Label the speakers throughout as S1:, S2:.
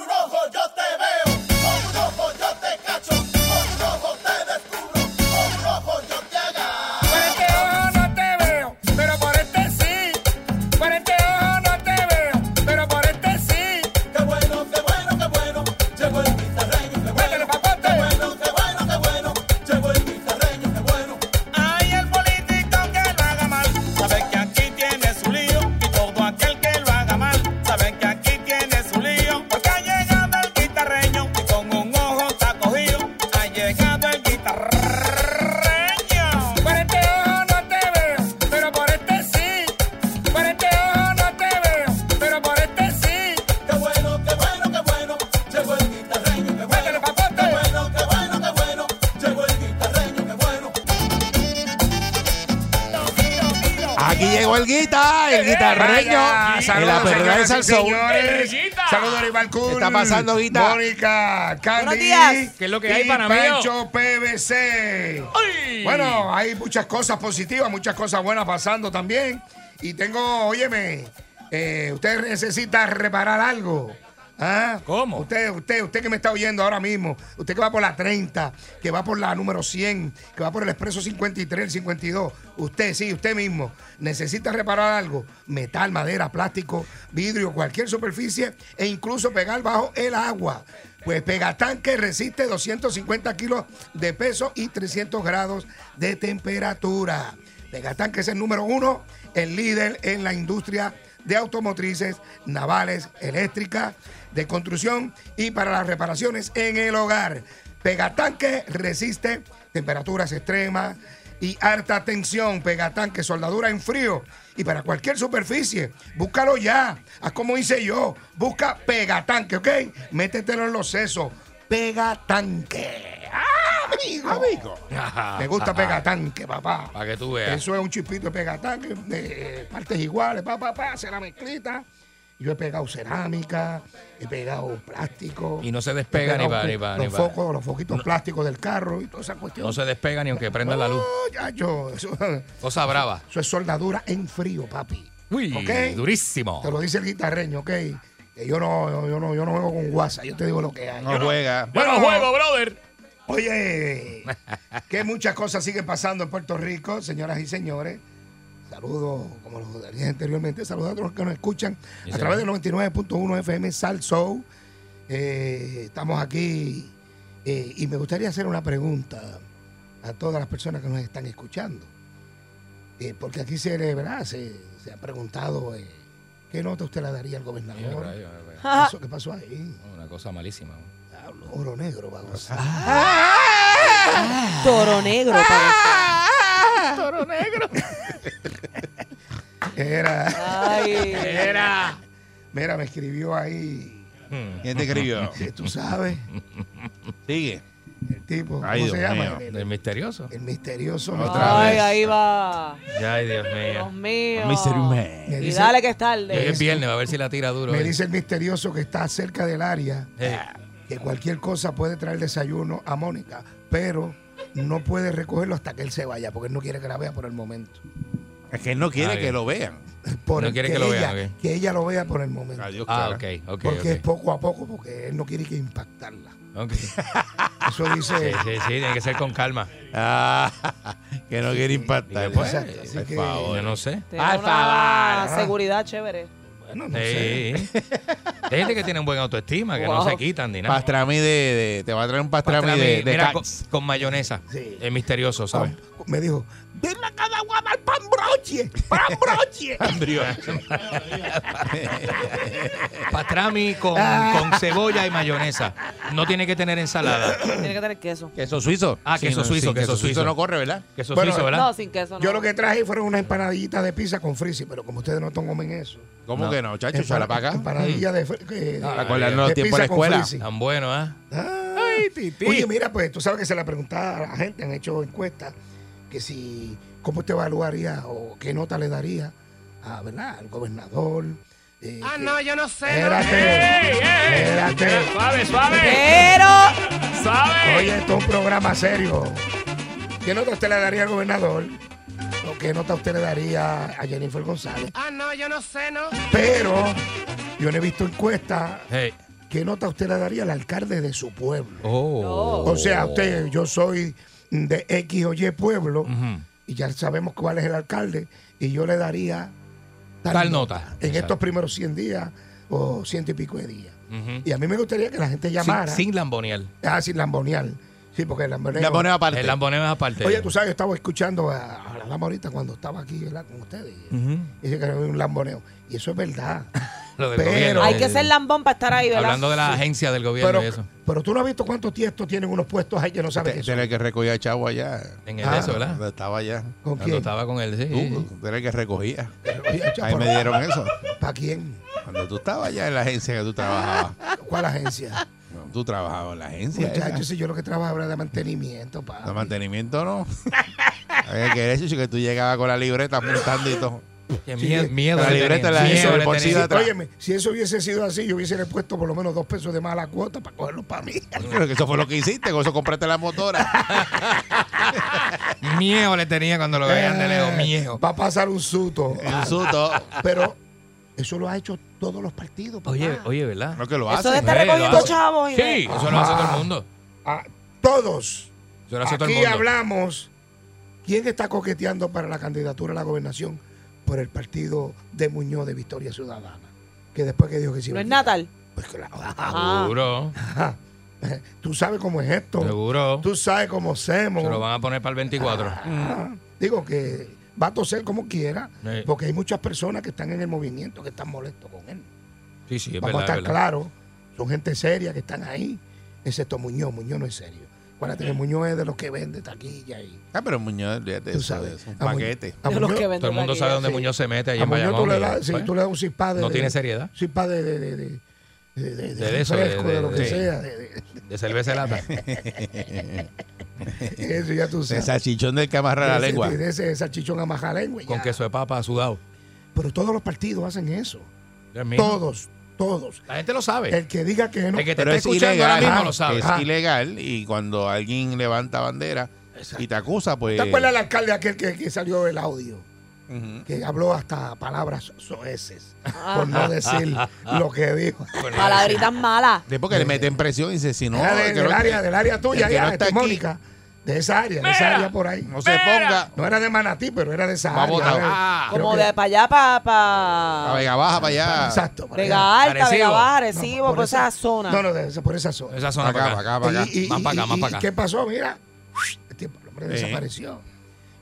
S1: un ojo yo te veo, con un ojo yo te cacho, con un ojo te descubro, con un ojo yo te agarro.
S2: Por este ojo no te veo, pero por este sí. Por este ojo no te veo, pero por este sí.
S1: Qué bueno, qué bueno, qué bueno, llegó el guitarreño, qué bueno,
S2: Métele, papote.
S1: qué bueno, qué bueno, qué bueno, llegó el guitarreño, qué bueno.
S2: Ay, el político que lo haga mal, sabe que aquí tiene su lío. Y todo aquel que lo haga mal, sabe que aquí tiene su lío. Porque ha llegado el guitarreño y con un ojo está cogido. Ha llegado el guitarreño. Por este ojo no te veo, pero por este sí. Por este ojo no te veo, pero por este sí.
S1: Qué bueno, qué bueno, qué bueno, llegó el guitarreño, qué bueno.
S2: Métele, papote.
S1: Qué bueno, qué bueno, qué bueno, llegó el guitarreño, qué bueno.
S3: Aquí llegó el guita, el guitarreño.
S4: Vaya,
S3: en la
S4: Saludos,
S3: perrera de
S4: señoras y
S3: Salsón.
S4: señores. Saludos, Aníbal Kun.
S3: ¿Qué está pasando, Guita?
S4: Mónica, Candy.
S5: Buenos días.
S6: ¿Qué es lo que hay,
S4: y
S6: pana mío?
S4: Pancho PVC. Bueno, hay muchas cosas positivas, muchas cosas buenas pasando también. Y tengo, óyeme, eh, usted necesita reparar algo. ¿Ah?
S6: ¿Cómo?
S4: Usted, usted, usted que me está oyendo ahora mismo, usted que va por la 30, que va por la número 100, que va por el expreso 53, el 52, usted, sí, usted mismo, necesita reparar algo, metal, madera, plástico, vidrio, cualquier superficie e incluso pegar bajo el agua. Pues Pegatanque resiste 250 kilos de peso y 300 grados de temperatura. Pegatanque es el número uno, el líder en la industria de automotrices, navales, eléctricas, de construcción y para las reparaciones en el hogar. Pegatanque resiste temperaturas extremas y alta tensión. Pegatanque, soldadura en frío y para cualquier superficie. Búscalo ya. Haz como hice yo. Busca Pegatanque, ¿ok? Métetelo en los sesos. Pegatanque. ¡Ah, amigo! Me gusta Pegatanque, papá.
S6: Para que tú veas.
S4: Eso es un chipito de pegataque, de eh, partes iguales, pa, pa, pa, hace la mezclita. Yo he pegado cerámica, he pegado plástico.
S6: Y no se despega
S4: he
S6: ni
S4: pegado
S6: va, ni va,
S4: Los,
S6: ni va.
S4: focos, los foquitos plásticos del carro y toda esa cuestión.
S6: No se despega ni aunque prenda la luz.
S4: No, ya, yo, eso,
S6: Cosa brava.
S4: eso es soldadura en frío, papi.
S6: Uy,
S4: ¿Ok?
S6: durísimo.
S4: Te lo dice el guitarreño, ¿ok? Que yo no, yo, yo no, yo no juego con guasa, yo te digo lo que hay.
S3: No juega.
S6: Bueno,
S4: Bueno.
S6: juego, brother.
S4: Oye, que muchas cosas siguen pasando en Puerto Rico, señoras y señores. Saludos, como los dije anteriormente, saludos a todos los que nos escuchan
S6: Sí,
S4: a
S6: señor.
S4: través del 99.1 FM Salso. Eh, estamos aquí eh, y me gustaría hacer una pregunta a todas las personas que nos están escuchando. Eh, porque aquí se, le- ¿verdad? se, se ha preguntado eh, qué nota usted le daría al gobernador. Eso que pasó ahí,
S6: Una cosa malísima.
S4: oro negro, vamos.
S5: Toro negro. parece.
S4: Ah. Era.
S5: Ay.
S6: Era.
S4: Mira, me escribió ahí,
S3: ¿Quién te escribió?
S4: que tú sabes,
S3: Sigue.
S4: el tipo, ¿cómo
S3: Ay,
S4: se
S3: Dios
S4: llama?
S3: mío.
S4: El,
S6: Del misterioso.
S4: el misterioso.
S3: Otra
S5: Ay,
S3: vez.
S5: ahí va.
S6: Ay, Dios mío.
S5: Dios mío.
S3: Mystery Man.
S4: Me
S5: Y
S4: dice-
S5: dale que es
S6: Hoy
S5: tarde.
S6: es viernes, va a ver si la tira duro.
S4: Me
S6: hoy.
S4: dice "Ah, el misterioso que está cerca del área,
S6: Eh,
S4: que cualquier cosa puede traer desayuno a Mónica, pero no puede recogerlo hasta que él se vaya, porque él no quiere que la vea por el momento.
S3: Es que él no quiere
S6: Ah, bien.
S3: que lo vean.
S4: Por
S6: No
S4: el-
S6: quiere que lo
S4: ella,
S6: vea, ok.
S4: Que ella lo vea por el momento.
S3: Adiós,
S6: Ah,
S3: cara.
S6: ok, ok,
S4: porque es
S6: ok.
S4: poco a poco, porque él no quiere que impactarla.
S6: Ok. Sí,
S4: Eso dice...
S6: sí, sí, tiene que ser con calma.
S3: Ah, que no quiere impactar.
S4: Pues, exacto, así
S3: por
S4: que-
S3: favor.
S6: Yo no sé.
S5: Tiene
S3: Al
S5: una
S3: favor.
S5: seguridad chévere.
S4: Bueno, no sé.
S6: Sí. Hay gente que tiene un buen autoestima, que no
S5: Wow.
S6: se quitan ni nada.
S3: Pastrami de, de- Te va a traer un pastrami,
S6: Pastrami,
S3: de, de
S6: mira, con,
S3: cax.
S6: con mayonesa.
S4: Sí.
S6: Es misterioso, ¿sabes?
S4: Me dijo, ven a cada guapa al pan broche, pan broche.
S6: Pastrami con, con cebolla y mayonesa. No tiene que tener ensalada.
S5: Tiene que tener queso.
S3: Queso suizo.
S6: Ah, queso suizo,
S3: sí,
S6: queso suizo.
S3: no corre, ¿verdad?
S6: Queso
S4: Bueno,
S6: suizo, ¿verdad?
S5: No, sin queso no.
S4: Yo lo que traje fueron unas empanadillitas de pizza con frizzy, pero como ustedes no comen eso.
S3: ¿Cómo
S6: No.
S3: que no, chacho?
S4: Empana-
S3: Chala para acá.
S4: Empanadillas de, fri- eh, de-
S3: Ah,
S6: con la-
S3: Mm. no,
S4: de
S3: tiempo en la
S4: pizza con
S3: escuela.
S4: frizzy.
S6: Tan bueno, ¿ah?
S4: Ay, Oye, mira, pues tú sabes que se la preguntaba a la gente, han hecho encuestas, que si, ¿cómo te evaluaría o qué nota le daría a, ¿verdad? al gobernador? eh, que-
S6: yo Ah, no sé.
S4: Espérate, espérate.
S6: Suave, suave,
S5: Pero.
S6: suave.
S4: Oye, esto es un programa serio. ¿Qué nota usted le daría al gobernador? ¿O ¿Qué nota usted le daría a Jennifer González?
S7: Ah, no, yo no sé, ¿no?
S4: Pero yo no he visto encuesta.
S6: Hey.
S4: ¿Qué nota usted le daría al alcalde de su pueblo?
S6: Oh.
S4: O sea, usted, yo soy de X o Y pueblo y ya sabemos cuál es el alcalde y yo le daría
S6: Tal nota.
S4: en
S6: Exacto.
S4: estos primeros 100 días o ciento y pico de días.
S6: Ujú.
S4: Y a mí me gustaría que la gente
S6: Sin,
S4: llamara.
S6: sin lambonear.
S4: Ah, sin lambonear. Sí, porque el lamboneo-
S3: La ponemos aparte.
S6: El lambonear es
S3: Este,
S6: aparte.
S4: Oye, pues, tú sabes, yo estaba escuchando a, a la dama ahorita cuando estaba aquí ¿verdad? con ustedes. Dice que no había un lamboneo. Y eso es verdad.
S6: Lo del
S4: Pero-
S6: gobierno.
S4: Hay
S5: Hay que ser lambón para estar ahí, ¿verdad?
S6: Hablando de la agencia del gobierno
S4: pero,
S6: y eso.
S4: pero tú no has visto cuántos tiestos tienen unos puestos ahí que no sabes
S3: Te-
S4: qué son.
S3: Tienes que recoger a Chavo allá.
S6: En el
S4: Ah.
S6: eso, ¿verdad?
S3: Donde estaba allá.
S4: ¿Con
S6: Cuando
S4: quién?
S6: estaba con él, sí.
S3: Tú, tú eres el que recogía.
S4: Recogía,
S3: Ahí
S4: chapo.
S3: me dieron eso.
S4: ¿Para quién?
S3: Cuando tú estabas allá en la agencia que tú trabajabas.
S4: ¿Cuál agencia?
S3: Cuando tú trabajabas en la agencia.
S4: Muchachos,
S3: esa.
S4: si yo lo que trabajo era de mantenimiento, pa.
S3: De mantenimiento no. Había que eso, que tú llegabas con la libreta apuntando y todo.
S6: Qué miedo,
S4: Sí.
S6: miedo.
S3: La
S6: le
S3: libreta
S6: tenían,
S3: la
S6: miedo
S3: hizo
S6: le
S3: del bolsillo
S6: tenían.
S3: de atrás.
S4: Óyeme, si eso hubiese sido así, yo hubiese puesto por lo menos dos pesos de mala cuota para cogerlo para mí.
S3: Creo que Eso fue lo que hiciste, con eso compraste la motora.
S6: Miedo le tenía cuando lo veían de
S4: Ah.
S6: lejos. Miedo.
S4: Va a pasar un susto.
S3: oh, Un susto.
S4: Pero eso lo ha hecho todos los partidos. papá.
S6: Oye, oye, ¿verdad?
S3: No que lo
S5: Eso de
S3: hacen.
S5: estar
S6: Sí, lo
S5: recogiendo
S6: hace.
S5: chavos y de-
S6: Sí, eso lo hace todo el mundo.
S4: A todos.
S6: Eso lo hace todo el
S4: Aquí
S6: mundo.
S4: hablamos. ¿Quién está coqueteando para la candidatura a la gobernación por el partido de Muñoz de Victoria Ciudadana? Que después que dijo que sí.
S5: No es Natal.
S4: Pues claro.
S5: Ah.
S6: Seguro,
S4: Ajá. Tú sabes cómo es esto.
S6: seguro.
S4: Tú sabes cómo hacemos.
S6: Se lo van a poner para el 24.
S4: Ajá. Digo que va a toser como quiera,
S6: Sí.
S4: porque hay muchas personas que están en el movimiento que están molestos con él.
S6: Sí, sí, es
S4: Vamos
S6: verdad.
S4: a estar
S6: es verdad.
S4: claros, son gente seria que están ahí, excepto Muñoz. Muñoz no es serio. Acuérdate que Muñoz es de los que vende taquilla y.
S3: Ah, pero Muñoz, olvídate de
S4: Tú
S3: eso,
S4: sabes.
S3: de eso, un
S4: A Muñoz-
S3: paquete.
S4: a
S5: De los
S4: Muñoz-
S5: que venden
S6: Todo el mundo
S5: aquí,
S6: sabe dónde
S4: sí.
S6: Muñoz se mete ahí
S4: a
S6: en
S4: Muñoz tú
S6: Bayamón.
S4: le,
S6: y-
S4: das, sí,
S6: pues,
S4: tú le das un cispá de.
S6: No
S4: de-
S6: tiene seriedad.
S4: Cispá de. de, de, de de, de,
S6: De eso, de-
S4: refresco, de,
S6: de-
S4: lo que
S6: sí.
S4: sea. de- de-
S6: De cerveza y lata.
S4: eso ya tú
S3: El
S4: sabes.
S3: salchichón del camarra la
S4: De ese-
S3: lengua.
S4: De ese salchichón amajalengua.
S6: Con
S4: ya.
S6: queso de papa sudado.
S4: Pero todos los partidos hacen eso.
S6: Dios mío.
S4: Todos, todos.
S6: La gente lo sabe.
S4: El que diga que no.
S6: El que te
S3: Pero
S6: está
S3: es
S6: escuchando ahora
S3: ilegal.
S6: mismo
S4: Ajá.
S6: lo sabe.
S3: Es
S4: Ah.
S3: ilegal y cuando alguien levanta bandera y te acusa, pues...
S4: ¿Te acuerdas del alcalde aquel que, que salió el audio?
S3: Ujú.
S4: Que habló hasta palabras soeces, por no decir lo que dijo.
S6: Bueno,
S5: Palabritas malas.
S3: Sí, porque le meten presión y dice, si no...
S4: Era de-
S3: el que
S4: del,
S3: no-
S4: área, del área tuya,
S3: el que
S4: ya,
S3: no
S4: de
S3: está aquí,
S4: Mónica. De esa área, de esa área por ahí.
S3: No se ponga
S4: No era de Manatí, pero era de esa
S3: Va a
S4: área.
S3: votar.
S4: era de-
S6: Ah,
S4: creo
S5: Como
S4: que-
S5: de para allá, para.
S3: a
S5: Pa...
S3: Vega Baja para allá.
S4: Exacto. por allá.
S5: Vega Alta, Vega
S6: Arecibo.
S4: No,
S5: Baja, Arecibo, por, esa, zona.
S4: No, no, de esa- por esa zona.
S6: Esa zona
S3: Para acá,
S6: para
S3: para
S6: acá.
S3: acá, para acá.
S4: Y- y-
S6: Más para acá,
S4: y-
S6: más
S4: y-
S6: para acá.
S4: ¿Qué pasó? Mira, el tipo, el hombre
S3: Sí.
S4: desapareció.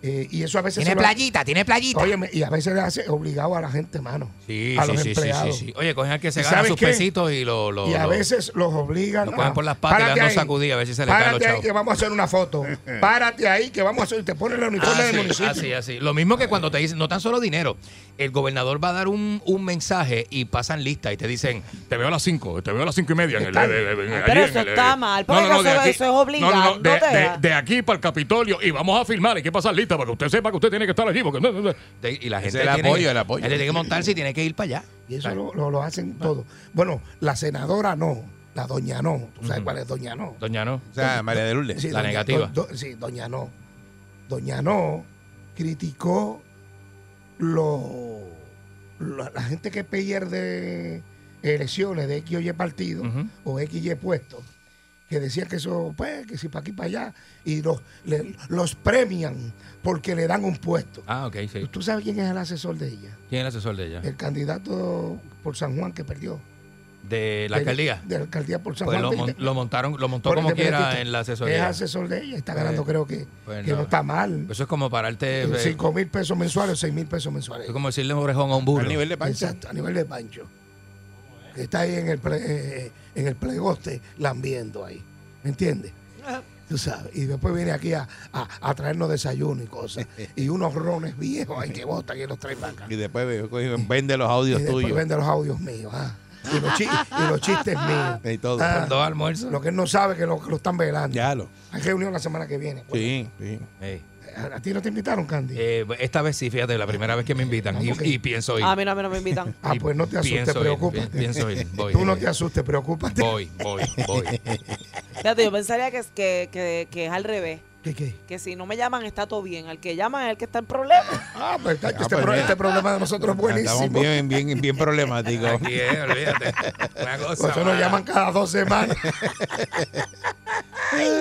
S4: Eh, y eso a veces.
S6: Tiene
S4: se lo-
S6: playita, tiene playita.
S4: Óyeme, y a veces le hace obligado a la gente, mano.
S6: Sí,
S4: a
S6: sí,
S4: los
S6: sí, sí, sí,
S4: empleados.
S6: sí. Oye, cogen al que se
S4: ¿Y
S6: gana
S4: sabes
S6: sus
S4: qué?
S6: pesitos y lo, lo-
S4: Y a
S6: lo-
S4: veces los obligan.
S6: Lo
S4: a-
S6: cogen por las patas y le
S4: Párate
S6: dan dos
S4: ahí.
S6: sacudidas, a ver si se le caen los
S4: Párate ahí
S6: chavos.
S4: que vamos a hacer una foto. Párate ahí que vamos a hacer. Te ponen el uniforme del
S6: Ah, Así,
S4: municipio.
S6: así, así. Lo mismo que cuando te dicen, no tan solo dinero, el gobernador va a dar un, un mensaje y pasan lista y te dicen, te veo a las 5, te veo a las 5 y media en el...
S4: Está
S6: eh, eh, eh,
S5: Ah,
S6: allí
S5: pero
S6: en
S5: eso
S6: el, eh".
S5: está mal, porque
S6: de
S5: eso-
S6: aquí-
S5: eso es obligado,
S6: no, no, de,
S5: no te
S6: de-
S5: da.
S6: de aquí para el Capitolio y vamos a firmar, hay que pasar lista para que usted sepa que usted tiene que estar allí. Porque... De- Y la gente
S3: el
S6: tiene-
S3: apoyo, el apoyo.
S6: la gente tiene que montarse y tiene que ir para allá.
S4: Y eso lo, lo- lo hacen todo. Bueno, la senadora no. La doña no. ¿Tú sabes cuál es doña no?
S6: Doña, no.
S3: O sea, María de Lourdes.
S4: Sí,
S6: La
S4: doña-
S6: negativa.
S4: do- do- sí, doña no. Doña no criticó lo, lo- la gente que pierde elecciones de X o Y partido
S6: Ujú.
S4: o X y puesto, que decía que eso, pues, que si para aquí para allá, y los, le- los premian porque le dan un puesto.
S6: Ah, ok, sí. Ah.
S4: ¿Tú sabes quién es el asesor de ella?
S6: ¿Quién es el asesor de ella?
S4: El candidato por San Juan que perdió.
S6: De la
S4: De-
S6: alcaldía.
S4: De la alcaldía por San
S6: Pues lo,
S4: Juan.
S6: mon-
S4: de-
S6: lo montaron, lo montó
S4: por
S6: como quiera
S4: independentista.
S6: en la
S4: Es
S6: asesoría. Eso
S4: asesor de ella, está ganando, creo que,
S6: pues
S4: que no.
S6: no.
S4: está mal.
S6: es como pararte, eh,
S4: 5 mil pesos mensuales o 6 mil pesos mensuales.
S6: es como decirle un orejón a un burro.
S3: Al nivel de pancha.
S4: Exacto, a nivel de Pancho. Que está ahí en el, ple- eh, en el plegoste lambiendo ahí. ¿Me entiendes? Tú sabes. Y después viene aquí a, a- a traernos desayuno y cosas. Y unos rones viejos ahí que botan y los traen para acá.
S3: Y después ve- coge- vende los audios
S4: y después
S3: tuyos.
S4: vende los audios míos. ah. Y, los chi- y los chistes míos.
S3: Y todo.
S4: Ah.
S6: Dos almuerzos.
S4: Lo que él no sabe que lo, que lo están velando.
S3: Ya lo.
S4: Hay reunión la semana que viene. pues.
S3: Sí, sí. Ah,
S6: Ey.
S4: ¿A a ti no te invitaron, Candy?
S6: Eh, esta vez sí, fíjate, la primera vez que me invitan y,
S4: ok.
S6: y pienso ir.
S5: A mí no, a mí no me invitan.
S4: ah, pues no te asustes,
S6: pienso ir,
S4: preocúpate.
S6: pi- pienso ir, voy.
S4: Tú no te asustes, preocúpate.
S6: Voy, voy, voy.
S5: Fíjate, yo pensaría que, es- que, que, que es al revés.
S4: ¿Qué, qué?
S5: Que si no me llaman, está todo bien. Al que llaman es el que está en problema.
S4: Ah, pues, tacho,
S3: Ah,
S4: este,
S3: pues,
S4: pro-
S3: mira.
S4: este problema de nosotros es
S3: Estamos
S4: buenísimo.
S3: bien, bien, bien problemáticos.
S6: Aquí es, olvídate. Una cosa
S4: Por eso nos
S6: mala.
S4: llaman cada dos semanas.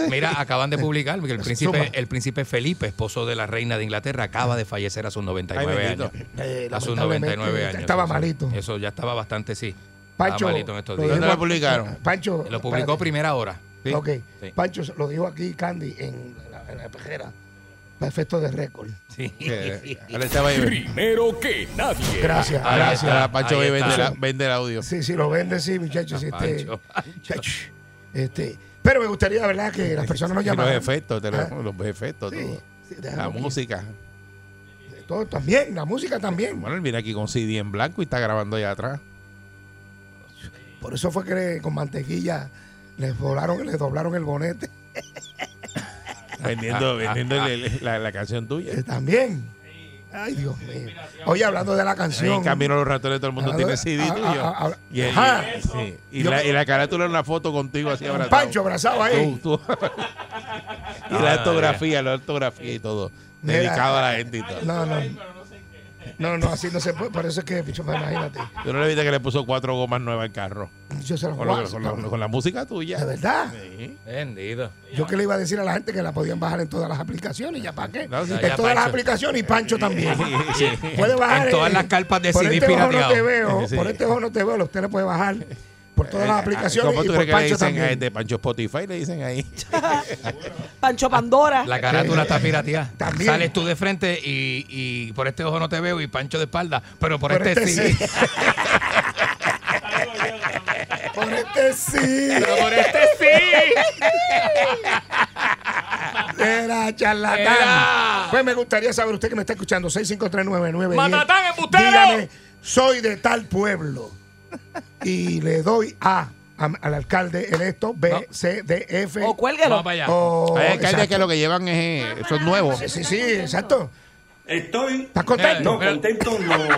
S6: Mira, acaban de publicar que el
S4: Zumba.
S6: príncipe, el príncipe Felipe, esposo de la reina de Inglaterra, acaba de fallecer a sus 99
S3: Ay,
S6: años.
S3: bendito.
S4: Eh,
S6: a sus
S4: lamentablemente,
S6: 99 años.
S4: Estaba
S6: Eso-
S4: malito.
S6: Eso ya estaba bastante, sí.
S4: Pancho.
S6: estaba malito en estos
S4: lo
S6: días.
S4: dijo
S3: ¿Dónde lo
S4: aquí- eh,
S3: publicaron?
S4: Pancho.
S6: Lo publicó
S4: espérate.
S6: primera hora. ¿sí?
S4: Ok.
S6: Sí.
S4: Pancho lo dijo aquí Candy en la, en la pejera. Perfecto de récord.
S6: Sí.
S3: Que- Ahora este estaba ahí.
S8: Primero que nadie.
S4: Gracias,
S6: Ahí
S4: gracias.
S6: está.
S3: Ahora este Pacho
S6: Ahí
S3: ve- vende,
S6: está.
S3: la- vende el audio.
S4: Sí, sí, lo vende, sí, muchachos. sí, este,
S6: Pancho,
S4: Chacho, este, pero me gustaría, ¿verdad?, que las personas nos
S3: Y los
S4: llamaran.
S3: efectos, te lo-
S4: Ah.
S3: los efectos,
S4: Sí, Ah,
S3: todo.
S4: sí,
S3: La
S4: déjalo aquí.
S3: música.
S4: Todo también, la música también.
S3: Bueno, él viene aquí con CD en blanco y está grabando allá atrás.
S4: Por eso fue que le- con mantequilla les volaron, les doblaron el bonete.
S3: Vendiendo, vendiendo el- el- la, la canción tuya.
S4: Eh, también. Ay, Dios mío. Oye, hablando de la
S3: Ahí en
S4: canción.
S3: camino los ratones, todo el mundo
S4: Ah,
S3: tiene
S4: ah,
S3: CD
S4: ah,
S3: tuyo.
S4: ah, ah,
S3: y, el-
S4: ajá.
S3: y- sí. Y
S4: Yo
S3: la,
S4: me-
S3: y la carátula en una foto contigo así abrazado.
S4: Pancho abrazado ahí.
S3: Tú- tú- y la ortografía, la ortografía y todo.
S4: Mira.
S3: Dedicado a la gente y todo.
S4: No, no. No, no, así no se puede. Por eso es que, picho, imagínate.
S3: Yo no le viste que le puso cuatro gomas nuevas al carro.
S4: Yo se los
S3: Con, lo-
S4: guaso,
S3: con lo-
S4: cabrón.
S3: con la música tuya.
S4: De verdad.
S3: Sí.
S6: Bendito.
S4: Yo que le iba a decir a la gente que la podían bajar en todas las aplicaciones, ¿ya para qué?
S3: No, sí,
S4: en
S6: ya,
S4: todas las
S6: Pancho.
S4: aplicaciones y Pancho también.
S3: Sí.
S4: Puede bajar.
S6: En todas
S4: eh,
S6: las carpas de
S4: por
S6: CD
S4: este ojo no te
S6: pirateado.
S4: veo,
S3: Sí. Eh,
S4: Por este ojo no te veo, usted le puede bajar por todas las aplicaciones
S3: ¿Cómo
S4: y
S3: tú
S4: por
S3: crees que le
S4: Pancho
S3: dicen a
S4: también.
S3: este Pancho Spotify? Le dicen ahí.
S5: Pancho Pandora.
S6: La carátula está pirateada.
S4: Eh, También.
S6: Sales tú de frente y, y por este ojo no te veo y Pancho de espalda, pero por, este, sí.
S4: Por este sí.
S6: Pero por este sí.
S4: Era charlatán.
S6: Era.
S4: Pues me gustaría saber usted que me está escuchando. 6539910.
S6: Matatán, embustero.
S4: Dígame, soy de tal pueblo. Y le doy A, a- al alcalde electo B,
S6: No.
S4: C, D, F.
S5: O cuélguelo.
S6: Vamos para allá.
S4: O-
S3: Hay alcaldes
S4: exacto.
S3: que lo que llevan es. eh, Son nuevos.
S4: Sí, sí, sí, exacto.
S7: Estoy.
S4: ¿Estás
S6: Eh,
S4: contento?
S7: No, contento no.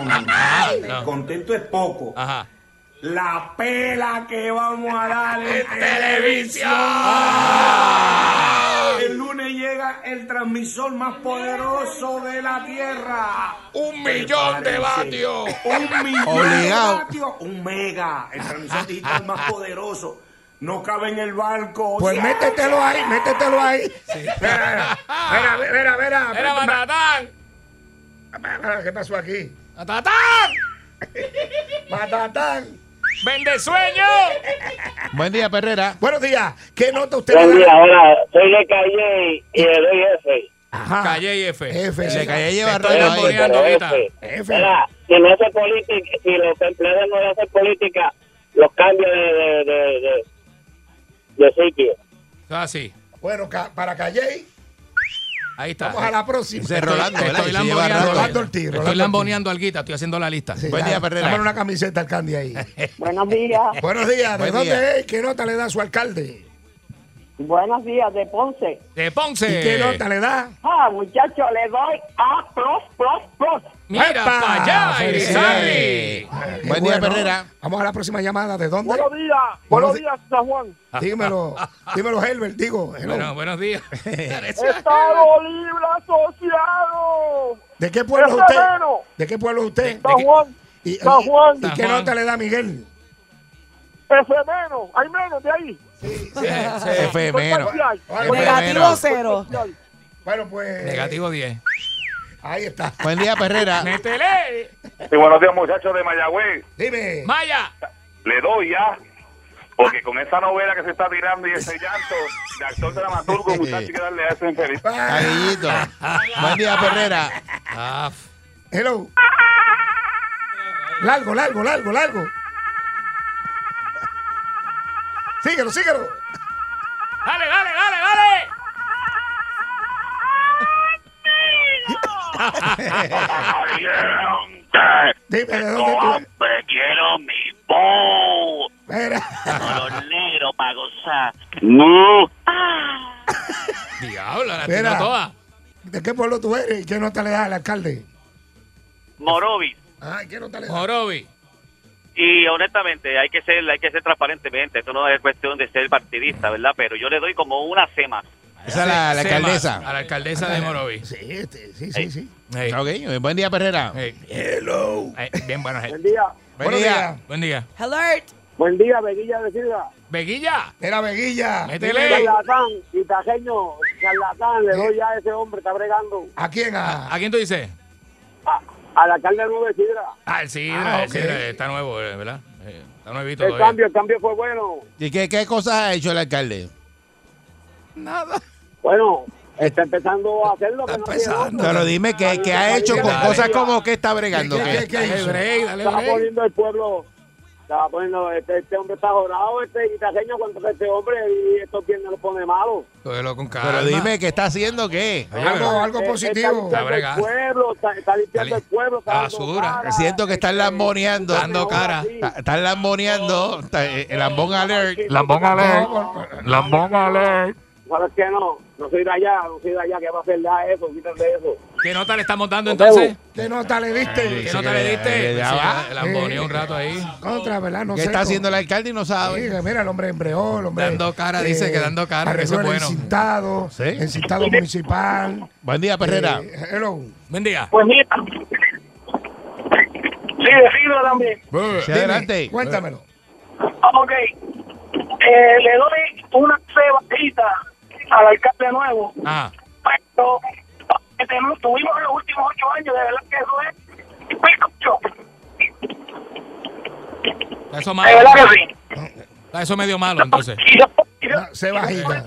S6: no.
S7: Contento es poco.
S6: Ajá.
S7: La pela que vamos a dar en televisión. Ah. El lunes llega el transmisor más poderoso de la tierra.
S6: Un millón de vatios.
S7: Un millón
S3: Obligado.
S7: de vatios. Un mega. El transmisor digital más poderoso. No cabe en el barco.
S4: Pues
S7: ¡Ya!
S4: métetelo ahí, métetelo ahí. Mira, mira, mira, mira,
S6: Era
S4: mira.
S6: Matatán.
S4: Mira, ¿Qué pasó aquí?
S6: Matatán.
S4: Matatán.
S6: Vende sueño.
S3: Buen día, Perrera.
S4: Buenos días. ¿Qué nota usted
S9: Buen
S4: le
S9: día,
S4: da?
S9: hola, soy de Calle y le doy F.
S4: Ajá.
S6: Calle y F.
S4: F. Este,
S3: Le caí a llevar
S6: Estoy
S3: rollo ahí.
S9: Pero
S6: alboreando. ahorita.
S9: F.
S4: F.
S9: Mira, Ah, si no hace política, si los empleados no hacen política, los cambios de, de, de, de, de sitio.
S6: Ah, sí.
S4: Bueno, ca- para Calle,
S6: Ahí está.
S4: vamos a la próxima.
S3: Ese Rolando,
S6: Te
S3: ¿verdad?
S6: Estoy
S3: Que se lleva
S6: lamboneando.
S3: rato.
S4: Rolando Ortiz, Rolando
S6: Estoy lamboneando al guita, estoy haciendo la lista.
S4: Sí,
S3: Buen
S4: dale,
S3: día, Perrera.
S4: dámele una camiseta al Candy ahí.
S10: Buenos días,
S4: Buenos días. ¿De
S3: Buen
S4: dónde
S3: día.
S4: es? ¿Qué nota le da a su alcalde?
S10: buenos días de Ponce.
S6: De
S4: ¿Y qué
S6: Ponce.
S4: nota le da?
S10: Ah, muchacho, le doy A, plus, plus, plus.
S6: Mira
S4: ¡Epa!
S6: para allá,
S4: Felicidades.
S6: Irizarry.
S4: Ah, qué
S3: Buen día, Perrera.
S4: Vamos a la próxima llamada. ¿De dónde?
S10: Buenos días,
S4: Buenos
S10: buenos
S4: di-
S10: días, San Juan.
S4: Dímelo, dímelo, Herbert. Digo, hello.
S6: Bueno, buenos días.
S10: Estado Libre Asociado.
S4: ¿de qué pueblo es
S10: ese
S4: usted?
S10: mero.
S4: ¿De qué pueblo es usted?
S6: ¿De
S10: San
S6: qué-
S10: Juan,
S4: ¿Y,
S10: San
S4: y-
S10: Juan,
S4: ¿y qué
S6: San Juan.
S4: nota le da Miguel?
S10: ese menos, hay menos de ahí.
S3: F menos.
S9: Eh,
S5: Negativo cero.
S4: Bueno, pues.
S6: Negativo 10.
S4: Ahí está.
S3: Buen día, Perrera.
S6: Métele.
S11: Sí, buenos días, muchachos de Mayagüez.
S4: Dime.
S6: Maya.
S11: Le doy ya. Porque con esa novela que se está tirando y ese llanto de actor dramaturgo, muchachos, hay que darle a ese infeliz.
S3: Aguillito. Buen día, Perrera.
S6: Ah, f-
S4: Hello. Largo, largo, largo, largo. Síguelo, síguelo.
S6: Dale, dale, dale, dale.
S11: ¡Caliente!
S4: Dime de dónde tú.
S11: ¡Hombre, quiero mi bo!
S4: Mira.
S9: Los negros para gozar.
S11: ¡No!
S6: Diablo, la
S4: Mira.
S6: tiró toda.
S4: ¿De qué pueblo tú eres? ¿Qué nota le da al alcalde?
S9: Morovis.
S4: Ay, ¿qué nota le da?
S6: Morovi.
S9: Y honestamente, hay que ser hay que ser transparentemente. Esto no es cuestión de ser partidista, ¿verdad? Pero yo le doy como una C más.
S3: Esa es la, la
S6: Sema,
S3: alcaldesa.
S6: A la alcaldesa de Morovis.
S4: Sí, este, sí, sí, sí.
S3: Ok, buen día, Perrera.
S6: Hello. Eh, bien, buenas.
S9: Buen día.
S3: Buen día.
S6: Buen día.
S9: Alert. Buen día, Veguilla de Silva.
S6: Veguilla.
S4: Era Veguilla.
S9: Charlatán, quitajeño, charlatán, le doy ya a ese hombre, está bregando.
S4: ¿A quién? ¿A,
S6: ¿A quién tú dices?
S9: Al alcalde nuevo de Sidra.
S6: Ah, el Sidra. el Sidra, está nuevo, eh, ¿verdad? Eh, Está nuevito
S9: El
S6: todavía.
S9: cambio, el cambio fue bueno.
S3: ¿Y qué, qué cosas ha hecho el alcalde?
S9: Nada. Bueno, está empezando a hacerlo. Está
S3: Pero dime qué, qué ha hecho con
S9: Dale.
S3: cosas como que está bregando.
S9: ¿Qué-
S3: ¿Qué,
S9: qué- qué hizo? Estaba
S3: break.
S9: poniendo el pueblo. Estaba poniendo, este, este hombre está jorado, este guitajeño contra este hombre y estos viernes lo pone malo.
S6: Cógelo con calma.
S3: Pero dime qué está haciendo qué.
S9: Eh, Está limpiando el pueblo, está, está limpiando el pueblo. Está dando cara.
S3: Siento que están lamboneando. Dando cara. Están lamboneando. está- eh, el lambón alert.
S9: Lambón alert.
S3: Lambón alert.
S9: Bueno, es que no, no soy de allá, no soy de allá, que va a hacer da eso, quítate eso.
S6: ¿Qué nota le estamos dando entonces?
S4: ¿Qué nota le diste?
S6: ¿Qué nota le diste?
S3: ya va.
S6: Sí, Lamboneó un rato ahí.
S4: Contra, ¿verdad? No
S3: ¿Qué
S4: sé,
S3: está
S4: co-
S3: haciendo el alcalde y no sabe?
S4: Sí, que mira, el hombre embreó, el hombre. eh,
S6: Dando cara, dice que dando cara, que eso es
S4: arregló
S6: bueno.
S4: El encintado,
S3: Sí.
S4: encintado municipal.
S3: Buen día, Perrera.
S4: Eh, hello.
S6: Buen día.
S9: Pues mira. Sí, decirlo también.
S3: Sí,
S4: Dime,
S3: adelante.
S4: Cuéntamelo.
S9: Ok. Eh, le doy una cebadita al alcalde nuevo,
S6: Ajá.
S9: pero que tenemos- tuvimos en los últimos ocho años, de verdad que eso es picocho.
S6: Eso
S9: De
S6: malo.
S9: verdad que sí.
S6: Ah, Eso medio malo, entonces.
S4: No, se bajita.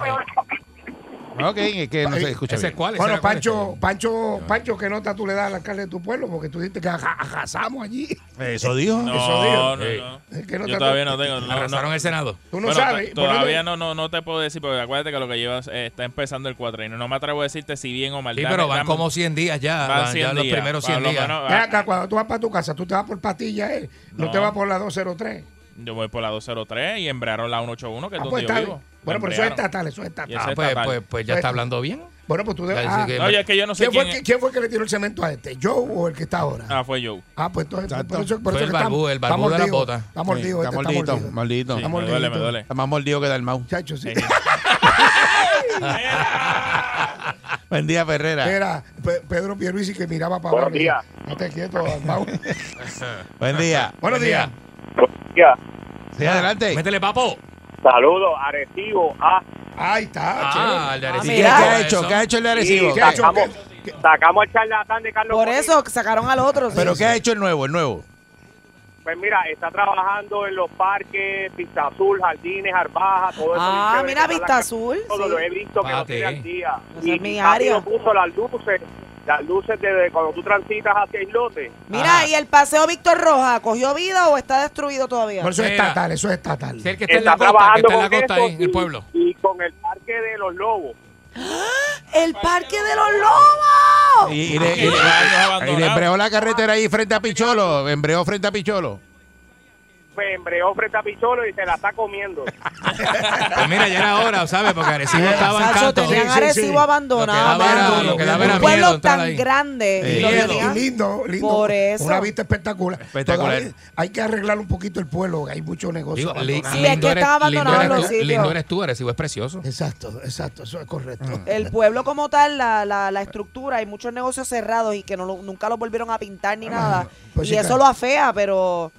S3: Ok, es que no se escucha
S6: ¿Ese es
S3: bien.
S6: cuál? ¿Ese
S4: Bueno,
S6: era cuál?
S4: Pancho, Pancho, Pancho, ¿qué nota tú le das al alcalde de tu pueblo? Porque tú dijiste que aja- arrasamos allí.
S3: Eso dijo.
S4: Eso digo.
S12: No, no, no.
S4: ¿Qué nota
S12: Yo
S4: tú-
S12: todavía no tengo. no, no.
S6: Arrasaron el Senado.
S4: Tú no
S12: Bueno,
S4: sabes.
S12: to-
S4: ¿por dónde-
S12: Todavía no, no, no te puedo decir, porque acuérdate que lo que llevas eh, está empezando el cuatrino. No me atrevo a decirte si bien o mal.
S6: Sí,
S12: Dame-
S6: pero van
S12: dame-
S6: como 100 días ya.
S12: Van
S6: Van
S12: 100
S6: ya los
S12: días.
S6: primeros 100
S12: Pablo,
S6: días.
S12: bueno,
S4: Ven acá, cuando tú vas para tu casa, tú te vas por Patilla, eh. No,
S12: Ah. No.
S4: te vas por la 203.
S12: Yo voy por la 203 y embraron la 181, que es
S4: Ah,
S12: donde
S4: pues
S12: yo
S4: está
S12: vivo.
S4: bien. Bueno, pero eso es estatal, eso es
S12: Y ese
S4: estatal.
S6: Ah,
S12: es
S6: pues,
S12: estatal.
S6: pues, pues ya está hablando bien.
S4: Bueno, pues tú debes.
S6: Ya dice que-
S12: No, ya es que yo no sé
S4: ¿quién,
S12: quién,
S4: fue,
S12: es.
S4: que- quién fue que le tiró el cemento a este? ¿Joe o el que está ahora?
S12: Ah, fue Joe.
S4: Ah, pues entonces,
S3: Exacto.
S4: por eso, por
S6: Fue
S4: eso
S6: el
S4: que está-
S6: barbú, el
S4: está
S6: barbú de la
S4: mordido,
S6: bota.
S4: Está
S3: Está
S4: mordido, este está
S3: mordidito,
S4: mordido.
S3: maldito.
S12: Sí, me duele, me duele.
S3: Está más mordido que Dalmau.
S4: Chacho, sí.
S3: Buen día, Perrera.
S4: Era Pe- Pedro Pierluisi que miraba para
S9: Buenos
S4: abajo. y decía, No te quieto, Dalmau.
S3: Buen día.
S4: Buenos días.
S3: Sí, adelante.
S6: Ah, Métele, papo.
S9: Saludos, Arecibo. Ah,
S4: Ahí está,
S6: Ah, el de
S3: ¿Y ¿Qué,
S6: Arecibo.
S3: qué ha
S6: Eso.
S3: hecho? ¿Qué ha hecho el de Arecibo?
S4: ¿Qué
S9: sí,
S4: ha hecho?
S9: sacamos, sacamos al charlatán de Carlos
S5: Por
S9: Bonilla.
S5: eso sacaron al otro. sí.
S3: ¿Pero qué ha hecho el nuevo? El nuevo.
S9: Pues mira, está trabajando en los parques, Vista Azul, Jardines, Arbaja, todo eso.
S5: Ah,
S9: bien chévere, está
S5: mira,
S9: la
S5: Vista
S9: ca-
S5: Azul,
S9: Todo
S5: sí.
S9: lo he visto que
S6: Papi.
S9: no tiene al día.
S5: Esa es mi
S9: papi nos
S5: área.
S9: puso las luces, las luces de, de cuando tú transitas hacia Islote.
S5: Mira,
S6: Ah.
S5: ¿y el paseo Víctor Roja cogió vida o está destruido todavía?
S4: Por eso es
S6: Mira.
S4: estatal, eso es estatal.
S6: Sí, el que está, en la costa, que está en la costa ahí, en el
S9: y-
S6: pueblo.
S9: Y con el parque de los lobos.
S5: ¡El Parque de los Lobos!
S3: Y, y le, y le- y
S12: Años
S3: le
S12: abandonados.
S3: embreó la carretera ahí frente a Picholo. Embreó frente a Picholo.
S9: Me embreó frente a Picholo y se la está comiendo.
S6: Pues mira, ya era hora, ¿sabes? Porque Arecibo estaba en
S5: Sacho,
S6: canto.
S5: tenían
S4: sí,
S5: Arecibo
S4: sí.
S5: abandonado.
S6: Lo que daba era- lo
S5: mano.
S6: que
S5: Un
S6: daba era
S5: pueblo
S6: miedo entrar
S5: tan
S6: ahí.
S5: grande.
S3: Sí.
S5: y lo
S6: Miedo.
S5: tenían-
S4: Eh, Y lindo, lindo.
S5: Por eso.
S4: Una vista espectacular.
S3: Espectacular.
S4: Todavía hay que arreglar un poquito el pueblo, hay muchos negocios.
S6: Digo, li-
S4: abandonados.
S5: Sí, es que estaba abandonado
S6: lindo,
S5: los
S6: eres tú,
S5: sitios.
S6: lindo eres tú, Arecibo es precioso.
S4: Exacto, exacto, eso es correcto.
S5: Ah. El pueblo como tal, la, la, la estructura, hay muchos negocios cerrados y que no, lo- nunca los volvieron a pintar ni nada.
S4: pues
S5: y
S4: sí,
S5: eso
S4: claro.
S5: lo afea, pero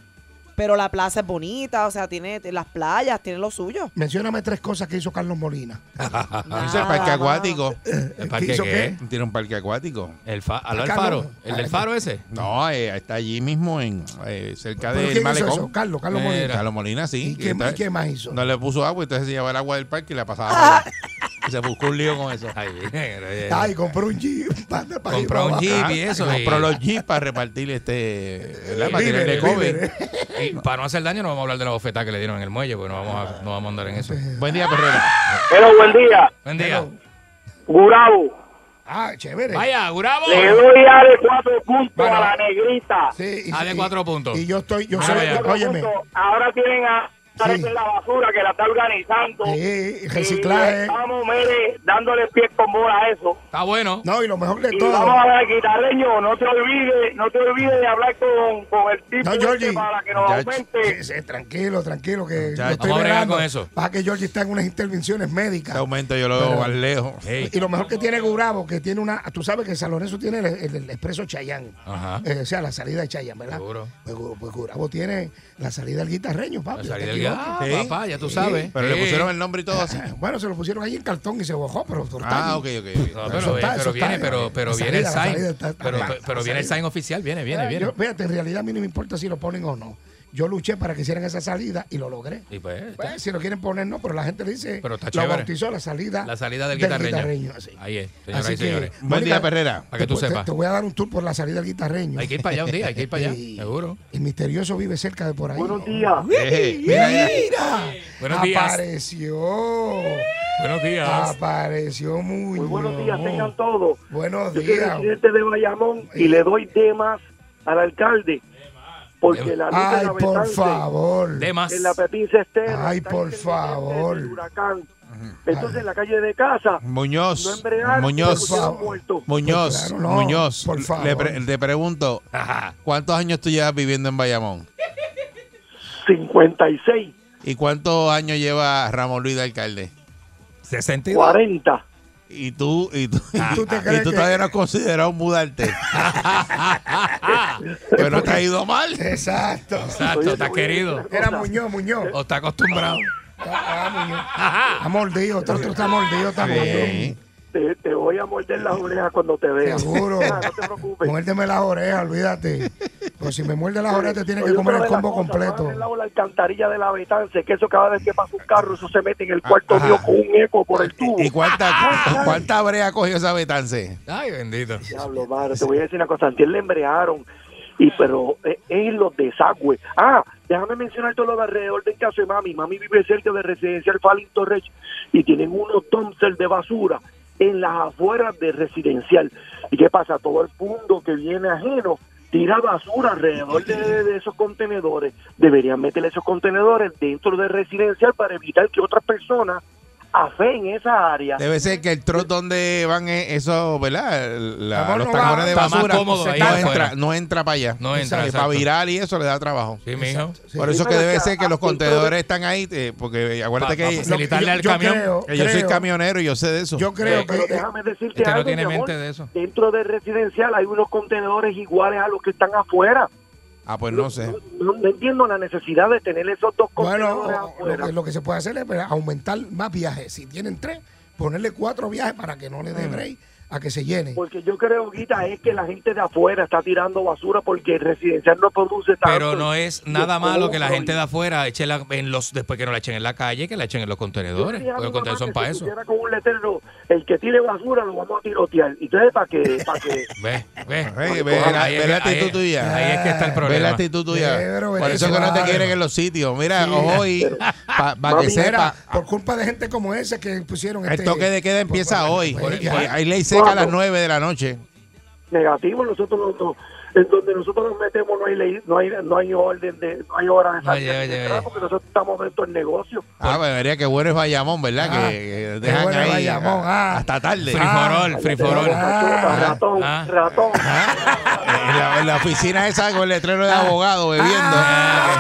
S5: pero la plaza es bonita, o sea, tiene t- las playas, tiene lo suyo.
S4: Mencióname tres cosas que hizo Carlos Molina.
S3: Hizo el
S4: Ah.
S3: parque
S5: Nada
S3: acuático. Eh,
S6: ¿El parque
S4: hizo
S6: qué?
S3: Tiene un parque acuático.
S6: El fa al
S4: Acá
S6: al
S4: no.
S6: faro, el del faro ese.
S3: No, eh, está allí mismo, en eh, cerca
S4: ¿Pero
S3: del
S4: quién hizo
S3: malecón.
S4: eso? Carlos, Carlos
S3: Eh,
S4: Molina.
S3: Carlos Molina, sí.
S4: ¿Y qué
S3: Está-
S4: más- y qué más hizo? Ah.
S3: No le puso agua, entonces se llevaba el agua del parque y la pasaba. para allá. Y se buscó un lío con eso.
S6: Ay, mire, eh,
S4: Ay, compró un jeep. pa- pa- pa-
S6: Compró
S4: pa-
S6: un jeep.
S3: Ah,
S6: y eso,
S3: Compró
S6: y-
S3: los jeeps para repartir este. ¿verdad? Para
S4: Víveres,
S3: tirarle COVID.
S4: víveres.
S6: y para no hacer daño no vamos a hablar de la bofetada que le dieron en el muelle, porque no vamos a, no vamos a andar en eso.
S3: Buen día, Perrera.
S9: Pero buen día,
S6: Buen día.
S9: Gurabo.
S4: Ah, chévere.
S6: Vaya, Gurabo.
S9: Le doy a de cuatro puntos
S4: Bueno.
S9: a la negrita.
S4: Sí, y-
S6: Ah, de
S4: y-
S6: cuatro puntos.
S4: Y yo estoy, yo
S6: Ah,
S4: soy,
S6: vaya.
S4: óyeme,
S9: Ahora tienen a parece la basura que la está organizando.
S4: Sí, reciclaje.
S9: Y estamos, mire, dándole pies con bola a eso.
S6: Está bueno.
S4: No, y lo mejor de
S9: Y
S4: todo.
S9: vamos a ver, guitarreño, no te olvides, no te olvides de hablar con, con el tipo
S4: No,
S9: este
S4: Georgie.
S9: para que nos
S4: Ya,
S9: aumente.
S4: sí, sí, tranquilo, tranquilo, que
S3: Ya,
S4: lo estoy
S3: vamos a bregar
S4: bregando.
S3: con eso.
S4: Para que Georgie está en unas intervenciones médicas.
S3: Este aumento yo lo veo
S4: Pero-
S3: más lejos.
S4: Y lo mejor que tiene Gurabo, que tiene una. Tú sabes que San Lorenzo tiene el, el- el expreso Chayán.
S6: Ajá.
S4: o sea, la salida de Chayán, ¿verdad?
S6: Seguro.
S4: Pues, Gu- pues Gurabo tiene la salida del guitarreño, papi. no
S6: La
S4: te
S6: salida del
S4: equivoques.
S6: guitarreño. Ah, papá, ya tú
S4: Sí.
S6: sabes.
S3: Pero
S6: Sí.
S3: le pusieron el nombre y todo así.
S4: Bueno, se lo pusieron ahí en cartón y se bajó, pero. pero está
S3: Ah, ok,
S4: allí.
S3: ok.
S6: No,
S3: ok.
S4: Eso
S6: pero,
S4: está,
S6: pero
S4: eso
S6: viene,
S4: está.
S6: pero, pero
S4: La
S6: viene el
S4: salida, la
S6: sign.
S4: salida está- está-
S6: pero
S4: está-
S6: pero viene el
S4: salida.
S6: sign oficial, viene, viene,
S4: Mira,
S6: viene.
S4: yo- fíjate, en realidad a mí no me importa si lo ponen o no. Yo luché para que hicieran esa salida y lo logré.
S6: Y pues,
S4: Pues, si lo quieren poner, no, pero la gente le dice.
S6: Pero está
S4: lo
S6: chévere.
S4: bautizó la salida.
S6: la salida del,
S4: del
S6: guitarreño.
S4: guitarreño, sí.
S6: Ahí es, señoras
S4: Así
S6: y
S4: que,
S6: señores.
S4: Mónica,
S6: Para que tú
S4: te- te-
S6: sepas.
S4: Te voy a dar un tour por la salida del guitarreño.
S6: Hay que ir para allá un día, hay que ir para allá, seguro.
S4: Eh,
S6: Eh,
S4: El misterioso vive cerca de por ahí. Buenos
S9: días.
S4: Mira, mira.
S6: Buenos días.
S4: Apareció.
S6: Buenos
S9: Ah,
S6: días.
S4: Apareció muy.
S9: Buenos días, tengan todos.
S4: Buenos
S9: Yo soy
S4: días.
S9: presidente de Bayamón y le doy temas al alcalde. Porque la luz de
S4: Ay,
S9: la
S4: por
S9: Betance
S4: favor.
S9: pues, En la Pepín Cestera.
S4: Ay,
S9: está
S4: por
S9: independiente
S4: favor.
S9: del huracán. Entonces, en la calle de casa.
S3: Muñoz,
S9: No embregaron,
S3: Muñoz.
S9: se pusieron muertos.
S3: Muñoz,
S4: Pues claro, no,
S3: Muñoz,
S4: por favor.
S3: Le pre- te pregunto, ¿cuántos años tú llevas viviendo en Bayamón?
S9: 56,
S3: ¿Y cuántos años lleva Ramón Luis de alcalde?
S6: 62.
S9: 40.
S3: Y tú, y tú, y
S4: tú
S3: tú,
S4: te crees que-
S3: todavía no has considerado mudarte. Pero no te ha ido mal.
S4: Exacto.
S6: Exacto, estás querido.
S4: Era Muñoz, Muñoz.
S6: O estás acostumbrado.
S4: Ah, Muñoz. Está mordido, otro, otro está mordido también.
S9: Te, te voy a morder las orejas cuando te vea.
S4: Seguro.
S9: Ah, no te preocupes.
S4: Muérdeme las orejas, olvídate. Pues si me muerde las orejas, te tiene
S9: Oye,
S4: que comer
S9: otra
S4: el
S9: de las
S4: combo
S9: cosas, no han
S4: completo.
S9: arreglado la alcantarilla de la Betance, que eso cada vez que pasa un carro, eso se mete en
S4: Ah,
S9: el cuarto mío con un eco por el tubo.
S3: ¿Y cuánta, cuánta brea cogió esa betance?
S6: Ay, bendito.
S9: Diablo, madre, te voy a decir una cosa. Antier le embrearon, y, pero es en los desagües. Ah, déjame mencionar todo lo de alrededor del caso de mami. Mami vive cerca de Residencial Falling Torres y tienen unos dumpsters de basura en las afueras de Residencial. ¿Y qué pasa? Todo el mundo que viene ajeno tira basura alrededor de, de esos contenedores. Deberían meter esos contenedores dentro de Residencial para evitar que otras personas hacen esa área.
S3: Debe ser que el trot donde van e- esos, ¿verdad? La-
S4: Amor,
S3: los
S4: no
S3: tacones
S4: va.
S3: de
S6: Está más
S3: basura.
S6: cómodo ahí
S3: no,
S6: afuera.
S3: entra, no entra para allá.
S6: No entra,
S3: Para
S6: exacto.
S3: virar y eso le da trabajo.
S6: Sí, mijo.
S3: Por eso
S9: Sí,
S3: que
S9: pero
S3: debe
S9: acá,
S4: ah,
S3: ser que los
S9: aquí, pero-
S3: contenedores están ahí, eh, porque eh, acuérdate
S6: Pa- pa
S3: que,
S6: facilitarle
S4: yo-
S6: al
S4: yo
S6: camión.
S4: creo-
S3: que yo soy
S4: creo-
S3: camionero y yo sé de eso.
S4: Yo creo
S9: Pero
S4: que. eh,
S9: déjame decirte
S6: Este no
S9: algo,
S6: tiene
S9: mi amor.
S6: mente de eso.
S9: Dentro del residencial hay unos contenedores iguales a los que están afuera.
S3: ah, pues no sé.
S9: No, no entiendo la necesidad de tener esos dos
S4: Bueno,
S9: contenedores
S4: lo
S9: afuera.
S4: que, lo que se puede hacer es pues, aumentar más viajes. Si tienen tres, ponerle cuatro viajes para que no le
S3: Mm.
S4: dé break a que se llene.
S9: Porque yo creo, Guita, es que la gente de afuera está tirando basura porque el residencial no produce tanto.
S6: Pero no es nada
S9: Yo
S6: malo que la
S9: compro
S6: gente
S9: y-
S6: de afuera eche la, en los, después que no la echen en la calle, que la echen en los
S9: Yo
S6: contenedores.
S9: le dije a
S6: Porque
S9: mi mamá
S6: los contenedores son
S9: que
S6: para
S9: si
S6: eso.
S9: pusiera con un letrero, el que tire basura lo vamos a tirotear. Y entonces, ¿para que para que
S6: Ve, ve.
S3: Ve, ve la-
S6: Ahí es
S3: ve la
S6: que- ahí
S3: actitud
S6: es-
S3: tuya.
S6: Ahí es que está el
S3: Ve la
S6: problema.
S3: actitud tuya.
S4: Pero,
S3: Por
S4: pero
S3: eso
S4: eso
S3: que no te
S4: vale.
S3: quieren en los sitios. Mira, ojo y para que
S9: Mami,
S3: sepa, ah.
S4: Mira, por culpa de gente como esa que pusieron
S3: el
S4: este-
S3: toque de queda
S4: por-
S3: empieza
S4: por-
S3: hoy.
S4: pues,
S3: Eh,
S4: ya.
S3: Hay ley seca a las
S9: ¿Cuándo?
S3: 9 de la noche.
S9: negativo nosotros no- no- en donde nosotros nos metemos no hay ley, no hay no hay orden de no hay hora de
S6: Oye,
S9: salir
S6: oye,
S9: de
S6: oye.
S9: entrar, porque nosotros estamos dentro del negocio.
S3: Ah, pues vería que bueno es Bayamón, ¿verdad?
S4: Ah,
S3: que, que
S4: qué
S3: dejan
S4: bueno es
S3: ahí ah,
S4: Bayamón, ah.
S3: hasta tarde.
S6: Free
S3: Ah,
S6: for all, free for all.
S4: Ah,
S9: ratón,
S6: ah.
S9: ratón.
S3: ah, en, la, en la oficina esa con el letrero de
S4: Ah,
S3: abogado bebiendo.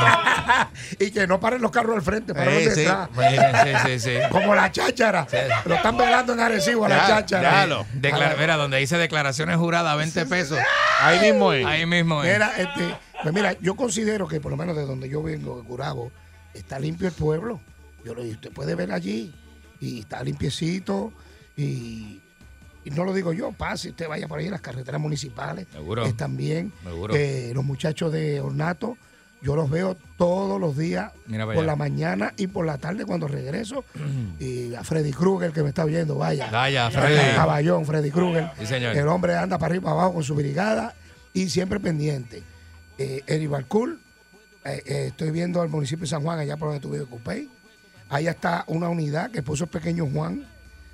S4: y que no paren los carros al frente, para
S3: Eh,
S4: los
S3: sí.
S4: detrás.
S6: Sí, sí, sí. sí.
S4: Como la cháchara. Lo están velando en Arecibo a la
S3: Ya,
S4: cháchara.
S3: déjalo.
S6: Declara- mira, donde dice declaraciones juradas, 20 pesos.
S3: Ahí mismo es.
S6: Ahí mismo eh. es.
S4: Mira, este, pues mira, yo considero que por lo menos de donde yo vengo, de Curabo, está limpio el pueblo. Yo lo digo, usted puede ver allí y está limpiecito y, y no lo digo yo, pase, usted vaya por ahí, las carreteras municipales
S6: Seguro.
S4: están bien.
S6: Seguro.
S4: Eh, los muchachos de Ornato, yo los veo todos los días
S6: Mira para
S4: por
S6: allá.
S4: la mañana y por la tarde cuando regreso. y a Freddy Krueger que me está viendo, vaya.
S6: Vaya,
S4: Vaya,
S6: Freddy.
S4: Caballón, Freddy Krueger.
S6: Sí, señor.
S4: El hombre anda para arriba, para abajo con su brigada y siempre pendiente. Eh, Eri Barcool, eh, eh, estoy viendo al municipio de San Juan, allá por donde tuve Cupey. Allá está una unidad que puso el pequeño Juan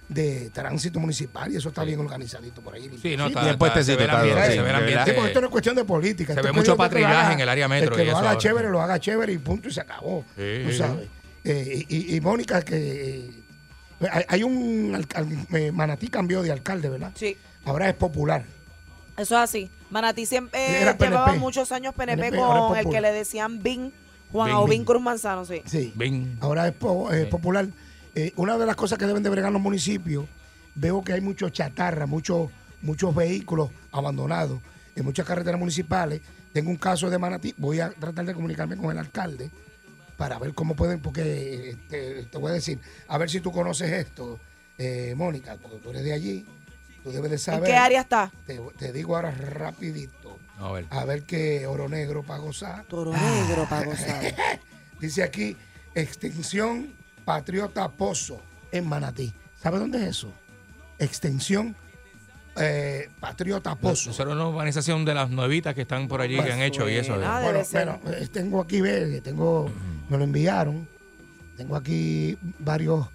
S4: de tránsito municipal y eso está bien organizadito por ahí.
S6: Sí,
S4: limpiecito.
S6: no, está- Y el puestecito está- se ve el está- ambiente,
S4: Sí,
S6: se ve el
S4: sí,
S6: ambiente.
S4: porque esto no es cuestión de política.
S6: Se
S4: esto
S6: ve
S4: es
S6: mucho
S4: cuestión de que lo
S6: patrullaje
S4: haga-
S6: en el área
S4: El
S6: metro y
S4: que
S6: eso
S4: lo haga
S6: ahora.
S4: chévere, lo haga chévere y punto y se acabó.
S6: Sí.
S4: tú sabes. Eh, y, y- y Mónica, que eh, hay, hay un alcal- eh, Manatí cambió de alcalde, ¿verdad?
S5: Sí.
S4: Ahora es popular.
S5: Eso es así. Manatí siempre eh,
S4: Era
S5: llevaba
S4: PNP.
S5: muchos años PNP,
S4: PNP, ahora es
S5: con el
S4: popular.
S5: que le decían Bing, Juan
S4: Bing,
S5: Aubin
S4: Bing.
S5: Cruz Manzano, sí.
S4: Sí. Ahora es, po- es popular. Eh, una de las cosas que deben de bregar los municipios, veo que hay muchos chatarra, muchos muchos vehículos abandonados en muchas carreteras municipales. Tengo un caso de Manatí, voy a tratar de comunicarme con el alcalde para ver cómo pueden, porque eh, te, te voy a decir, a ver si tú conoces esto, eh, Mónica, porque tú eres de allí, tú debes de saber.
S5: ¿En qué área está?
S4: Te, te digo ahora rapidito.
S6: A ver.
S4: A ver qué oro negro para gozar.
S5: Toro negro para gozar.
S4: Dice aquí, extensión Patriota Pozo en Manatí. ¿Sabe dónde es eso? Extensión eh, Patriota Pozo.
S6: Nosotros una urbanización de las nuevitas que están por allí que han hecho y eso.
S5: Ah,
S6: ¿verdad?
S4: Bueno, bueno, eh, tengo aquí, ve, que tengo, me lo enviaron. Tengo aquí varios,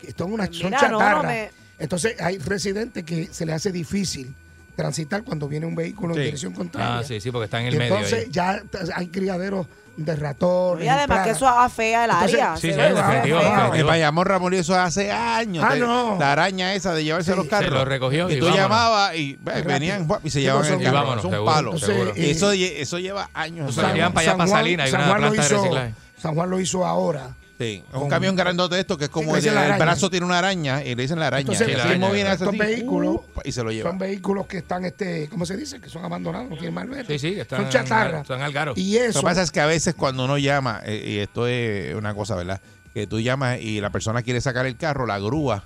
S4: que son unas son
S5: Mira, no, no
S4: chatarras.
S5: me-
S4: Entonces hay residentes que se le hace difícil transitar cuando viene un vehículo
S6: Sí.
S4: en dirección contraria.
S6: Ah, sí, sí, porque está en el
S4: Y
S6: medio.
S4: entonces
S6: ahí.
S4: ya t- hay criaderos de ratones.
S5: Y además que
S4: plagas.
S5: eso afea el
S4: Entonces,
S5: área.
S6: sí,
S5: se
S6: sí,
S5: ve, se ve
S6: definitivo,
S5: feo.
S6: definitivo.
S3: En Bayamón, Ramón, y eso hace años.
S4: Ah,
S3: de-
S4: no.
S3: La araña esa de llevarse los carros.
S6: Se lo recogió
S3: Y,
S6: y
S3: tú
S6: vámonos.
S3: llamabas y eh, venían guap, y se
S6: Sí,
S3: llevaban
S6: pues,
S3: el
S6: y
S3: carro.
S6: vámonos,
S3: Es un
S6: seguro,
S3: palo.
S6: seguro.
S4: eh,
S3: Y eso, lle- eso lleva años.
S6: Eso lo llevan para allá, para Salinas, hay una
S4: lo
S6: planta de
S4: hizo-
S6: reciclaje.
S4: San Juan lo hizo ahora.
S3: Sí, es
S4: Con-
S3: un camión grandote de esto que es como
S4: le
S3: el,
S4: dicen la
S3: el
S4: araña.
S3: brazo tiene una araña y le dicen la araña.
S4: Entonces,
S3: Y el
S4: la
S3: ritmo
S6: araña,
S3: viene
S6: la
S3: hace
S4: Estos
S3: así,
S4: vehículos
S3: uh, y se lo lleva.
S4: son vehículos que están, este, ¿cómo se dice? Que son abandonados, no tienen malvete.
S6: Sí, sí, que están,
S4: son chatarra.
S6: están al garo.
S4: Y eso,
S3: Lo que pasa es que a veces cuando uno llama, eh, y esto es una cosa, ¿verdad? Que tú llamas y la persona quiere sacar el carro, la grúa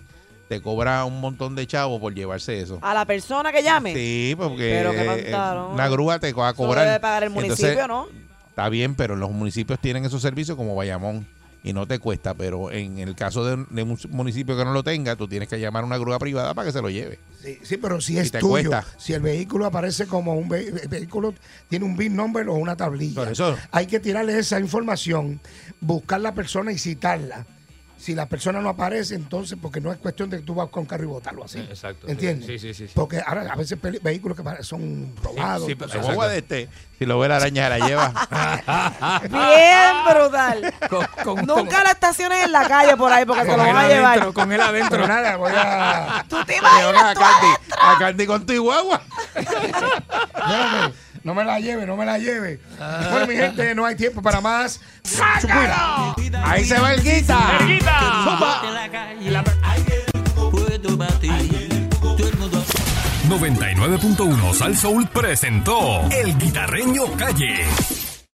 S3: te cobra un montón de chavo por llevarse eso.
S5: A la persona que llame.
S3: Sí, porque
S5: Pero qué
S3: eh,
S5: pantalón.
S3: la grúa te va a
S5: Eso
S3: cobrar.
S5: debe pagar el municipio,
S3: Entonces,
S5: ¿no?
S3: Está bien, pero los municipios tienen esos servicios como Bayamón y no te cuesta, pero en el caso de, de un municipio que no lo tenga, tú tienes que llamar a una grúa privada para que se lo lleve.
S4: sí, sí, pero si
S3: y
S4: es
S3: te
S4: tuyo,
S3: cuesta.
S4: si el vehículo aparece como un ve- el vehículo, tiene un VIN number o una tablilla.
S3: Por eso.
S4: Hay que tirarle esa información, buscar la persona y citarla. Si la persona no aparece, entonces, porque no es cuestión de que tú vas con carro y botarlo así.
S6: Exacto. sí.
S4: ¿Entiendes?
S6: Sí, sí, sí. sí.
S4: Porque ahora a veces peli- vehículos que pare- son robados. pues,
S6: Sí, pero-
S3: La
S4: entonces,
S3: guagua de este, si lo ve la araña, la lleva.
S5: Bien brutal.
S6: Con- con-
S5: Nunca la estaciones en la calle por ahí porque te
S6: con
S5: lo
S6: él
S5: van a llevar.
S6: adentro, con él adentro.
S4: pero nada, voy a.
S5: ¿Tú te
S3: Señora,
S5: imaginas
S3: a
S5: tú
S3: Candy, a Candy con tu guagua.
S4: Espérate, no me la lleve, no me la lleve. Bueno, mi gente, no hay tiempo para más. ¡Sácalo!
S3: Ahí se va el guita.
S6: ¡Zumba!
S8: 99.1 Sal Soul presentó El Guitarreño Calle.